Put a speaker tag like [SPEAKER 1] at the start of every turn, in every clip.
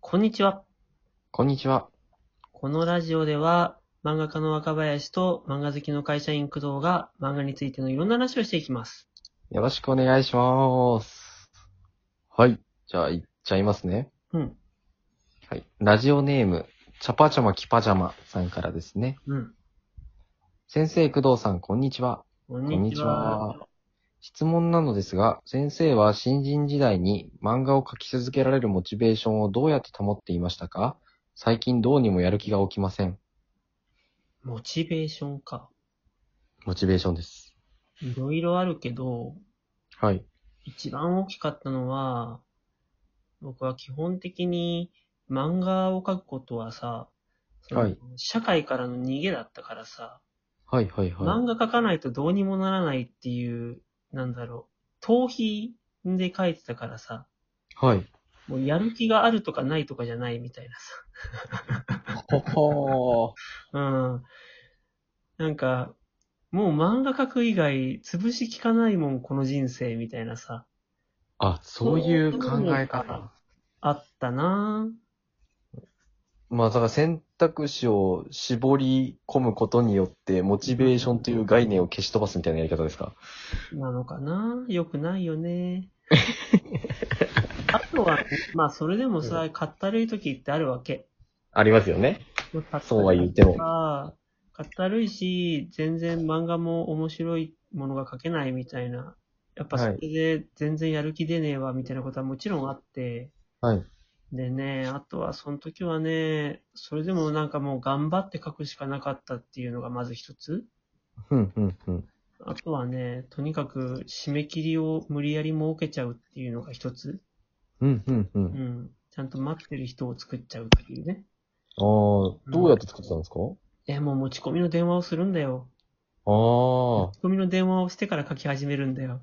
[SPEAKER 1] こんにちは。
[SPEAKER 2] こんにちは。
[SPEAKER 1] このラジオでは、漫画家の若林と漫画好きの会社員工藤が漫画についてのいろんな話をしていきます。
[SPEAKER 2] よろしくお願いします。はい。じゃあ、いっちゃいますね。
[SPEAKER 1] うん。
[SPEAKER 2] はい。ラジオネーム、チャパチャマキパジャマさんからですね。
[SPEAKER 1] うん。
[SPEAKER 2] 先生、工藤さん、こんにちは。
[SPEAKER 1] こん
[SPEAKER 2] こんにちは。質問なのですが、先生は新人時代に漫画を描き続けられるモチベーションをどうやって保っていましたか最近どうにもやる気が起きません。
[SPEAKER 1] モチベーションか。
[SPEAKER 2] モチベーションです。
[SPEAKER 1] いろいろあるけど、
[SPEAKER 2] はい。
[SPEAKER 1] 一番大きかったのは、僕は基本的に漫画を描くことはさ、その
[SPEAKER 2] はい
[SPEAKER 1] 社会からの逃げだったからさ、
[SPEAKER 2] はい、はい、は
[SPEAKER 1] 漫画描かないとどうにもならないっていう、なんだろう、逃避で描いてたからさ、
[SPEAKER 2] い。はい。
[SPEAKER 1] もうやる気があるとかないとかじゃないみたいな
[SPEAKER 2] ほほー。
[SPEAKER 1] さ。うん。なんか、もう漫画描く以外、潰し効かないもん、この人生みたいなさ、
[SPEAKER 2] あ、そういう考え
[SPEAKER 1] そういうの
[SPEAKER 2] 方
[SPEAKER 1] か。あったなぁ。
[SPEAKER 2] まあ、だから選択肢を絞り込むことによって、モチベーションという概念を消し飛ばすみたいなやり方ですか
[SPEAKER 1] なのかな良くないよね。あとは、まあそれでもさ、かったるい時ってあるわけ。
[SPEAKER 2] ありますよね。そうは言っても
[SPEAKER 1] かったるいし、全然漫画も面白いものが描けないみたいな。やっぱそれで全然やる気出ねえわみたいなことはもちろんあって。
[SPEAKER 2] はい。
[SPEAKER 1] でね、あとはその時はね、それでもなんかもう頑張って描くしかなかったっていうのがまず一つ。
[SPEAKER 2] うん、うん、うん。
[SPEAKER 1] あとはね、とにかく締め切りを無理やり設けちゃうっていうのが一つ。
[SPEAKER 2] うん、うん、
[SPEAKER 1] う
[SPEAKER 2] う。
[SPEAKER 1] んん。ちゃんと待ってる人を作っちゃうっていうね。
[SPEAKER 2] ああ、どうやって作ってたんですか
[SPEAKER 1] え、もう持ち込みの電話をするんだよ。
[SPEAKER 2] あ
[SPEAKER 1] 持ち込みの電話をしてから書き始めるんだよ。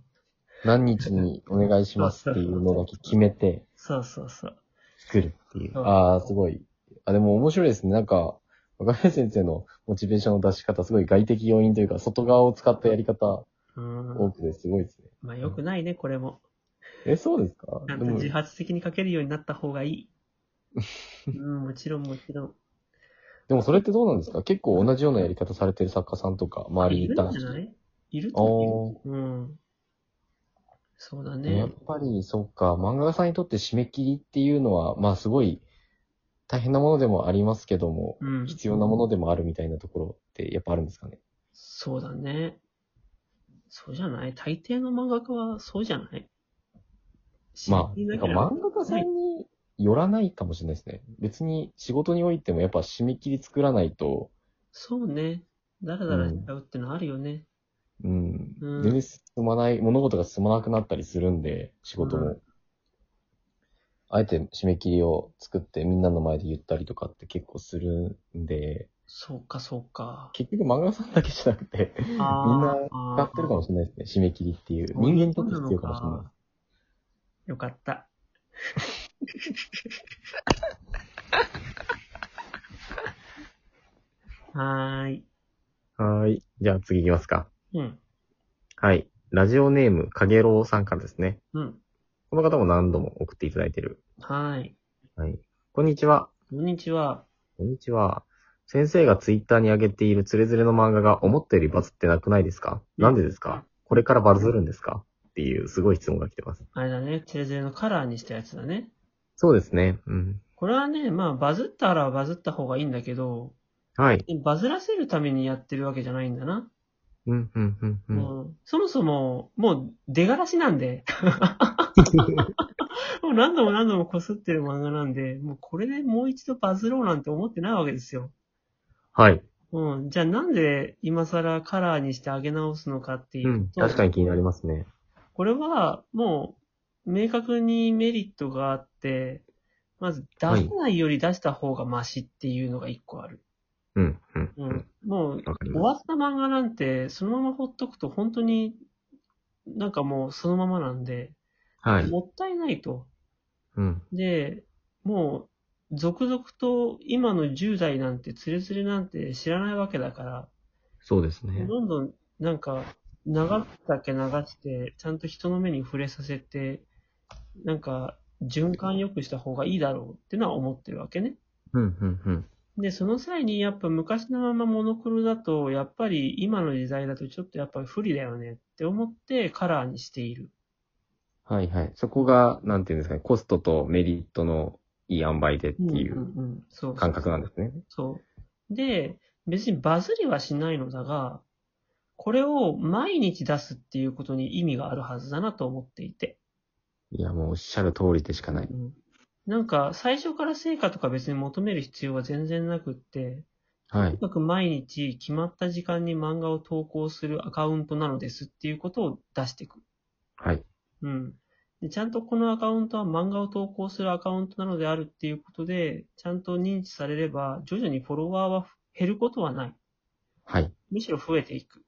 [SPEAKER 2] あ、何日にお願いしますっていうのだけ決めて
[SPEAKER 1] そうそうそう。
[SPEAKER 2] 作るっていう。
[SPEAKER 1] そう
[SPEAKER 2] ああ、すごい。あ、でも面白いですね。なんか、若林先生のモチベーションの出し方、すごい外的要因というか、外側を使ったやり方
[SPEAKER 1] うん
[SPEAKER 2] 多。くてすごいですね。
[SPEAKER 1] まあ、良くないね、これも。
[SPEAKER 2] え、そうですか
[SPEAKER 1] ちゃん
[SPEAKER 2] で
[SPEAKER 1] と
[SPEAKER 2] も
[SPEAKER 1] 自発的に書けるようになった方がい い。うん、もちろんもちろん。
[SPEAKER 2] でもそれってどうなんですか結構同じようなやり方されてる作家さんとか、周りに
[SPEAKER 1] い
[SPEAKER 2] い
[SPEAKER 1] る
[SPEAKER 2] た
[SPEAKER 1] ん
[SPEAKER 2] ん
[SPEAKER 1] じ
[SPEAKER 2] で
[SPEAKER 1] ゃ
[SPEAKER 2] す
[SPEAKER 1] ないいる
[SPEAKER 2] あ
[SPEAKER 1] と
[SPEAKER 2] ー
[SPEAKER 1] 思う。うん。そうだ
[SPEAKER 2] ね、や
[SPEAKER 1] ね
[SPEAKER 2] っ。ぱり、そっか、漫画家さんにとって締め切りっていうのは、まあすごい大変なものでもありますけども、
[SPEAKER 1] うん。
[SPEAKER 2] 必要なものでもあるみたいなところってやっぱあるんですかね。
[SPEAKER 1] そうだね。そうじゃない大抵の漫画家はそうじゃない
[SPEAKER 2] まあ、
[SPEAKER 1] 締め切
[SPEAKER 2] なんか
[SPEAKER 1] りだけだ
[SPEAKER 2] 漫画家さんによらないかもしれないですね。別に仕事においてもやっぱ締め切り作らないと、
[SPEAKER 1] そうね。だらだらしちゃうってのあるよね。
[SPEAKER 2] うん、
[SPEAKER 1] うん
[SPEAKER 2] 全然進まない、物事が進まなくなったりするんで、仕事も。
[SPEAKER 1] う
[SPEAKER 2] あえて締め切りを作ってみんなの前で言ったりとかって結構するんで、
[SPEAKER 1] そうか、そうか。
[SPEAKER 2] 結局漫画家さんだけじゃなく て、
[SPEAKER 1] みん
[SPEAKER 2] な使ってるかもしれないですね、締め切りっていう。人間にとって必要かもしれない。
[SPEAKER 1] い。よか った。はーい。
[SPEAKER 2] はーい。じゃあ次いきますか。
[SPEAKER 1] うん。
[SPEAKER 2] はい。ラジオネーム、かげろうさんからですね。
[SPEAKER 1] うん。
[SPEAKER 2] この方も何度も送っていただいてる。
[SPEAKER 1] はーい。
[SPEAKER 2] はい。こんにちは。
[SPEAKER 1] こんにちは。
[SPEAKER 2] こんにちは。先生がツイッターに上げているつれづれの漫画が思ったよりバズってなくないですかなんでですかこれからバズるんですかっていうすごい質問が来てます。
[SPEAKER 1] あれだね。テレゼのカラーにしたやつだね。
[SPEAKER 2] そうですね。うん。
[SPEAKER 1] これはね、まあ、バズったらバズった方がいいんだけど、
[SPEAKER 2] はい。
[SPEAKER 1] バズらせるためにやってるわけじゃないんだな。
[SPEAKER 2] うん、うん、うん、うん。
[SPEAKER 1] うんそもそも、もう出がらしなん で。もう何度も何度もこすってる漫画なんで、もうこれでもう一度バズろうなんて思ってないわけですよ。
[SPEAKER 2] はい。。
[SPEAKER 1] うん。じゃあなんで今更カラーにして上げ直すのかっていううんと、
[SPEAKER 2] 確かに気になりますね。
[SPEAKER 1] これはもう明確にメリットがあって、まず出さないより出した方がマシっていうのが一個ある。
[SPEAKER 2] うん、うん、う
[SPEAKER 1] うん
[SPEAKER 2] ん。。
[SPEAKER 1] もう
[SPEAKER 2] わかり
[SPEAKER 1] 終
[SPEAKER 2] ま
[SPEAKER 1] わった漫画なんて、そのまま放っとくと本当になんかもうそのままなんで、
[SPEAKER 2] す。はい。
[SPEAKER 1] もったいないと。
[SPEAKER 2] うん。
[SPEAKER 1] で、もう続々と今の10代なんてつれつれなんて知らないわけだか
[SPEAKER 2] そうです
[SPEAKER 1] ら、
[SPEAKER 2] ね。
[SPEAKER 1] どんどんなんか流すだけ流して、ちゃんと人の目に触れさせて、なんか循環良くした方がいいだろうっていうのは思ってるわけね。
[SPEAKER 2] うん、うん、うん。
[SPEAKER 1] で、その際にやっぱ昔のままモノクロだと、やっぱり今の時代だとちょっとやっぱり不利だよねって思ってカラーにしている。
[SPEAKER 2] はい、はい。そこが、なんていうんですかね、コストとメリットのいい塩梅でってい
[SPEAKER 1] ん
[SPEAKER 2] う
[SPEAKER 1] うんうん、そう
[SPEAKER 2] 感覚なんですね。
[SPEAKER 1] そう。で、別にバズりはしないのだが、これを毎日出すっていうことに意味があるはずだなと思っていて。
[SPEAKER 2] いや、もうおっしゃる通りでしかない。
[SPEAKER 1] うんなんか、最初から成果とか別に求める必要は全然なくって、
[SPEAKER 2] は
[SPEAKER 1] と
[SPEAKER 2] い
[SPEAKER 1] に。かく毎日決まった時間に漫画を投稿するアカウントなのですっていうことを出していく。
[SPEAKER 2] はい。
[SPEAKER 1] うん。でちゃんとこのアカウントは漫画を投稿するアカウントなのであるっていうことで、ちゃんと認知されれば、徐々にフォロワーは減ることはない。
[SPEAKER 2] はい。
[SPEAKER 1] むしろ増えていく。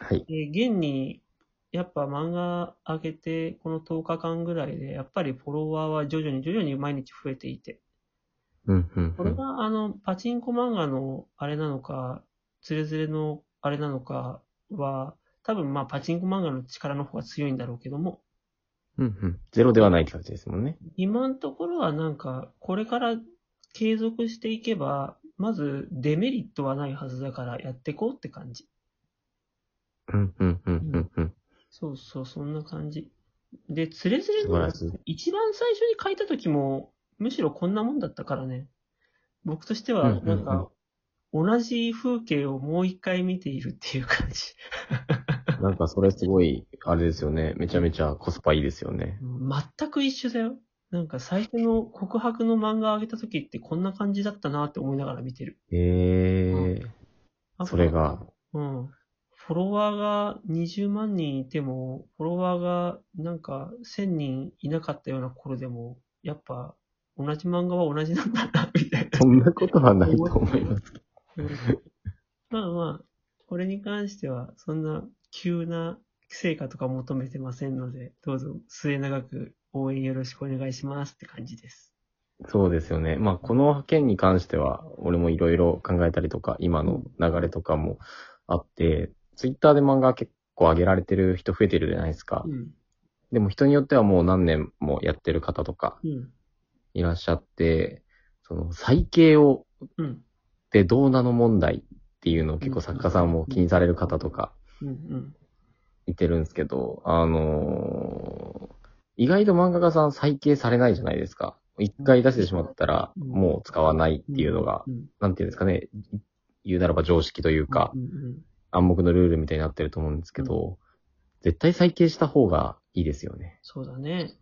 [SPEAKER 2] はい。
[SPEAKER 1] で、現に、やっぱ漫画上げて、この10日間ぐらいで、やっぱりフォロワーは徐々に徐々に毎日増えていて、
[SPEAKER 2] うん、うん、
[SPEAKER 1] こ
[SPEAKER 2] う
[SPEAKER 1] れ
[SPEAKER 2] ん。
[SPEAKER 1] が、あの、パチンコ漫画のあれなのか、つれづれのあれなのかは、多分まあパチンコ漫画の力の方が強いんだろうけども、
[SPEAKER 2] うん、うん。ゼロではないって感じですもんね。
[SPEAKER 1] 今のところはなんか、これから継続していけば、まずデメリットはないはずだからやってこうって感じ。
[SPEAKER 2] うん、うん、うん、うん、うん。
[SPEAKER 1] そうそう、そんな感じ。で、つれづれ
[SPEAKER 2] 素晴らしい。
[SPEAKER 1] 一番最初に書いた時も、むしろこんなもんだったからね。僕としては、
[SPEAKER 2] うんうん
[SPEAKER 1] な
[SPEAKER 2] うん
[SPEAKER 1] んか、同じ風景をもう一回見ているっていう感じ。
[SPEAKER 2] なんかそれすごい、あれですよね。めちゃめちゃコスパいいですよね。
[SPEAKER 1] 全く一緒だよ。なんか最初の告白の漫画上げた時ってこんな感じだったなって思いながら見てる。
[SPEAKER 2] え
[SPEAKER 1] あ
[SPEAKER 2] ー。それが、
[SPEAKER 1] うん。フォロワーが20万人いても、フォロワーがなんか1000人いなかったような頃でも、やっぱ同じ漫画は同じなんだな、みたいな。
[SPEAKER 2] そんなことはないと思います。
[SPEAKER 1] うんまあまあ、これに関しては、そんな急な成果とか求めてませんので、どうぞ末永く応援よろしくお願いしますって感じです。
[SPEAKER 2] そうですよね。まあ、この件に関しては、俺もいろいろ考えたりとか、今の流れとかもあって、ツイッターで漫画結構上げられてる人増えてるじゃないですか
[SPEAKER 1] う。ん。
[SPEAKER 2] でも人によってはもう何年もやってる方とか
[SPEAKER 1] うん。
[SPEAKER 2] いらっしゃって、その最軽を
[SPEAKER 1] うん。
[SPEAKER 2] でどうなの問題っていうのを結構作家さんも気にされる方とか
[SPEAKER 1] うん。うん。
[SPEAKER 2] いてるんですけど、あのー意外と漫画家さん再掲されないじゃないですか。一回出してしまったら、
[SPEAKER 1] うん
[SPEAKER 2] もう使わないっていうのが、
[SPEAKER 1] うん。
[SPEAKER 2] なんていうんですかね、言うならば常識というか
[SPEAKER 1] う、んうん。
[SPEAKER 2] 暗黙のルールみたいになってると思うんですけど、絶対再掲した方がいいですよね。
[SPEAKER 1] そうだね。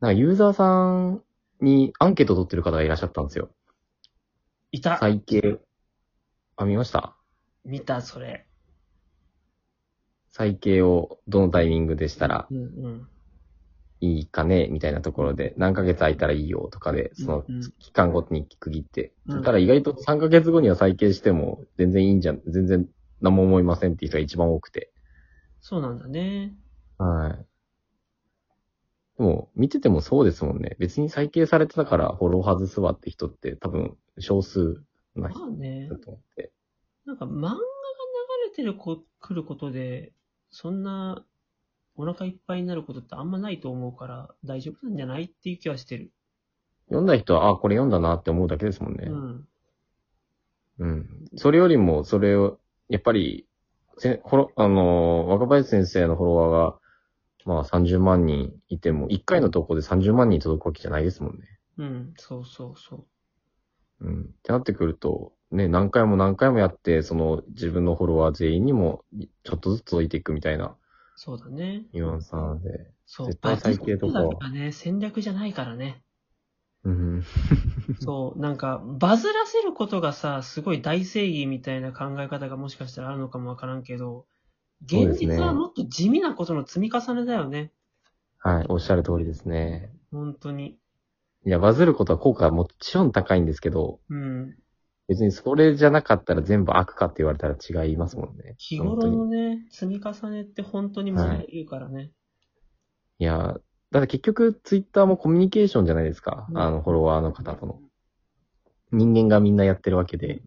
[SPEAKER 2] なんかユーザーさんにアンケート取ってる方がいらっしゃったんですよ。
[SPEAKER 1] いた、
[SPEAKER 2] 再掲。あ、見ました
[SPEAKER 1] 見た、それ。
[SPEAKER 2] 再掲をどのタイミングでしたら
[SPEAKER 1] うんうん。
[SPEAKER 2] いいかねみたいなところで、何ヶ月空いたらいいよとかで、その
[SPEAKER 1] うんうん
[SPEAKER 2] 期間ごとに区切って。
[SPEAKER 1] うん
[SPEAKER 2] ただ意外と3ヶ月後には再建しても全然いいんじゃん、全然何も思いませんっていう人が一番多くて。
[SPEAKER 1] そうなんだね。
[SPEAKER 2] はい。でも、見ててもそうですもんね。別に再建されてたからフォロー外すわって人って多分少数な
[SPEAKER 1] ま
[SPEAKER 2] 人
[SPEAKER 1] あね
[SPEAKER 2] だ。と思って。
[SPEAKER 1] なんか漫画が流れてるこ、来ることで、そんなお腹いっぱいになることってあんまないと思うから大丈夫なんじゃないっていう気はしてる。
[SPEAKER 2] 読んだ人は、あ、これ読んだなって思うだけですもんね。
[SPEAKER 1] うん。
[SPEAKER 2] うん。それよりも、それを、やっぱり、せほろ、あのー若林先生のフォロワーが、まあ30万人いても、1回の投稿で30万人届くわけじゃないですもんね。
[SPEAKER 1] うん、そうそうそう。
[SPEAKER 2] うん。ってなってくると、ね、何回も何回もやって、その自分のフォロワー全員にも、ちょっとずつ届いていくみたいな
[SPEAKER 1] そうだね。
[SPEAKER 2] ニュアンスなんで。
[SPEAKER 1] そう。
[SPEAKER 2] 絶対最低と
[SPEAKER 1] バ
[SPEAKER 2] か
[SPEAKER 1] ズるだけがね、戦略じゃないから ね。
[SPEAKER 2] うん。
[SPEAKER 1] そう。なんか、バズらせることがさ、すごい大正義みたいな考え方がもしかしたらあるのかもわからんけど、
[SPEAKER 2] そうで
[SPEAKER 1] 現
[SPEAKER 2] すね
[SPEAKER 1] 実はもっと地味なことの積み重ねだよね。
[SPEAKER 2] はい、おっしゃる通りですね。
[SPEAKER 1] 本当に。
[SPEAKER 2] いや、バズることは効果はもちろん高いんですけど、
[SPEAKER 1] うん。
[SPEAKER 2] 別にそれじゃなかったら全部悪かって言われたら違いますもんね。
[SPEAKER 1] 日
[SPEAKER 2] 本当
[SPEAKER 1] 頃
[SPEAKER 2] に
[SPEAKER 1] のね、積み重ねって本当にものを言うからね。
[SPEAKER 2] いやー、だって結局ツイッターもコミュニケーションじゃないですか。
[SPEAKER 1] うん
[SPEAKER 2] あの、フォロワーの方との。人間がみんなやってるわけで。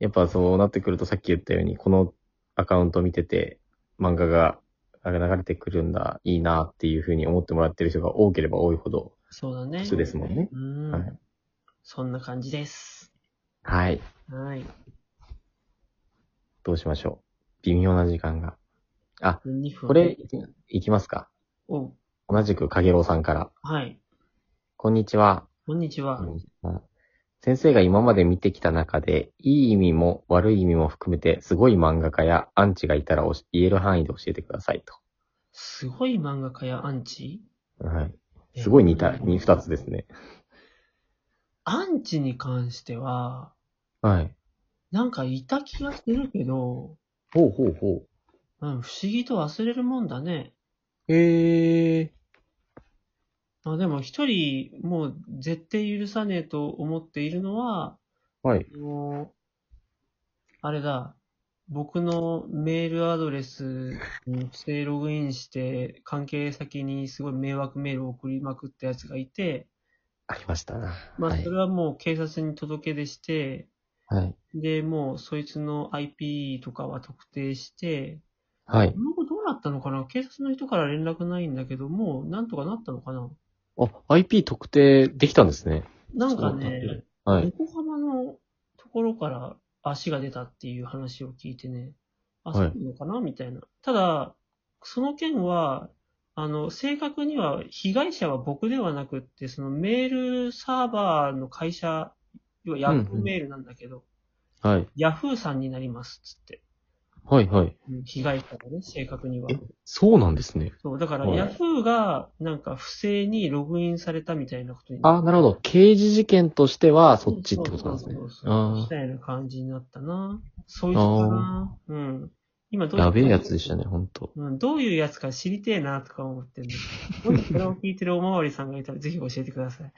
[SPEAKER 2] やっぱそうなってくるとさっき言ったように、このアカウント見てて、漫画が流れてくるんだ、いいなっていうふうに思ってもらってる人が多ければ多いほど、
[SPEAKER 1] そうだね。
[SPEAKER 2] 普通ですもんね。
[SPEAKER 1] うん、
[SPEAKER 2] はい
[SPEAKER 1] そんな感じです。
[SPEAKER 2] はい。
[SPEAKER 1] はい。
[SPEAKER 2] どうしましょう。微妙な時間が。
[SPEAKER 1] 2分。
[SPEAKER 2] これ、いきいきますか。
[SPEAKER 1] お
[SPEAKER 2] 同じく影郎さんから。
[SPEAKER 1] はい。
[SPEAKER 2] こんにちは。
[SPEAKER 1] こんにちは。
[SPEAKER 2] 先生が今まで見てきた中で、いい意味も悪い意味も含めて、すごい漫画家やアンチがいたらおし言える範囲で教えてください
[SPEAKER 1] すごい漫画家やアンチ
[SPEAKER 2] と。はい。すごい似た、
[SPEAKER 1] えー
[SPEAKER 2] に二つですね。
[SPEAKER 1] アンチに関しては、
[SPEAKER 2] はい。
[SPEAKER 1] なんかいた気がするけど、
[SPEAKER 2] ほうほうほ
[SPEAKER 1] うん、不思議と忘れるもんだね。
[SPEAKER 2] う。へえ。
[SPEAKER 1] まあでも一人、もう絶対許さねえと思っているのは、
[SPEAKER 2] はい。
[SPEAKER 1] もう、あれだ、僕のメールアドレスに不正ログインして、関係先にすごい迷惑メールを送りまくったやつがいて、
[SPEAKER 2] ありましたな。
[SPEAKER 1] まあ
[SPEAKER 2] はい
[SPEAKER 1] それ。はもう警察に届け出して、
[SPEAKER 2] はい。
[SPEAKER 1] で、もうそいつの IP とかは特定して、
[SPEAKER 2] はい
[SPEAKER 1] こ。の後どうなったのかな警察の人から連絡ないんだけど、もうなんとかなったのかな
[SPEAKER 2] あ、IP 特定できたんですね。
[SPEAKER 1] なんか
[SPEAKER 2] ちょ
[SPEAKER 1] ね、
[SPEAKER 2] っと待って。はい。
[SPEAKER 1] 横浜のところから足が出たっていう話を聞いてね、あ、そう
[SPEAKER 2] はい
[SPEAKER 1] なのかなみたいな。ただ、その件は、あの、正確には被害者は僕ではなくって、そのメールサーバーの会社、要はヤフ
[SPEAKER 2] うんう
[SPEAKER 1] ー
[SPEAKER 2] ん
[SPEAKER 1] メールなんだけど、
[SPEAKER 2] はい。
[SPEAKER 1] ヤフーさんになります、つって。
[SPEAKER 2] はい、はい。
[SPEAKER 1] うん被害者がね、正確には
[SPEAKER 2] え。そうなんですね。
[SPEAKER 1] そう、だから
[SPEAKER 2] はい
[SPEAKER 1] ヤフーがなんか不正にログインされたみたいなことに
[SPEAKER 2] あ、なるほど。刑事事件としては、そっちってことなんですね
[SPEAKER 1] そうそう。そうそうみ
[SPEAKER 2] あ
[SPEAKER 1] たいな感じになったな。そういうかな。うん。今ど
[SPEAKER 2] あ。
[SPEAKER 1] ういう
[SPEAKER 2] やべえやつでしたね、ほんと。
[SPEAKER 1] うん、どういうやつか知りてえなとか思ってる。もしこれを聞いてるおまわりさんがいたらぜひ教えてください。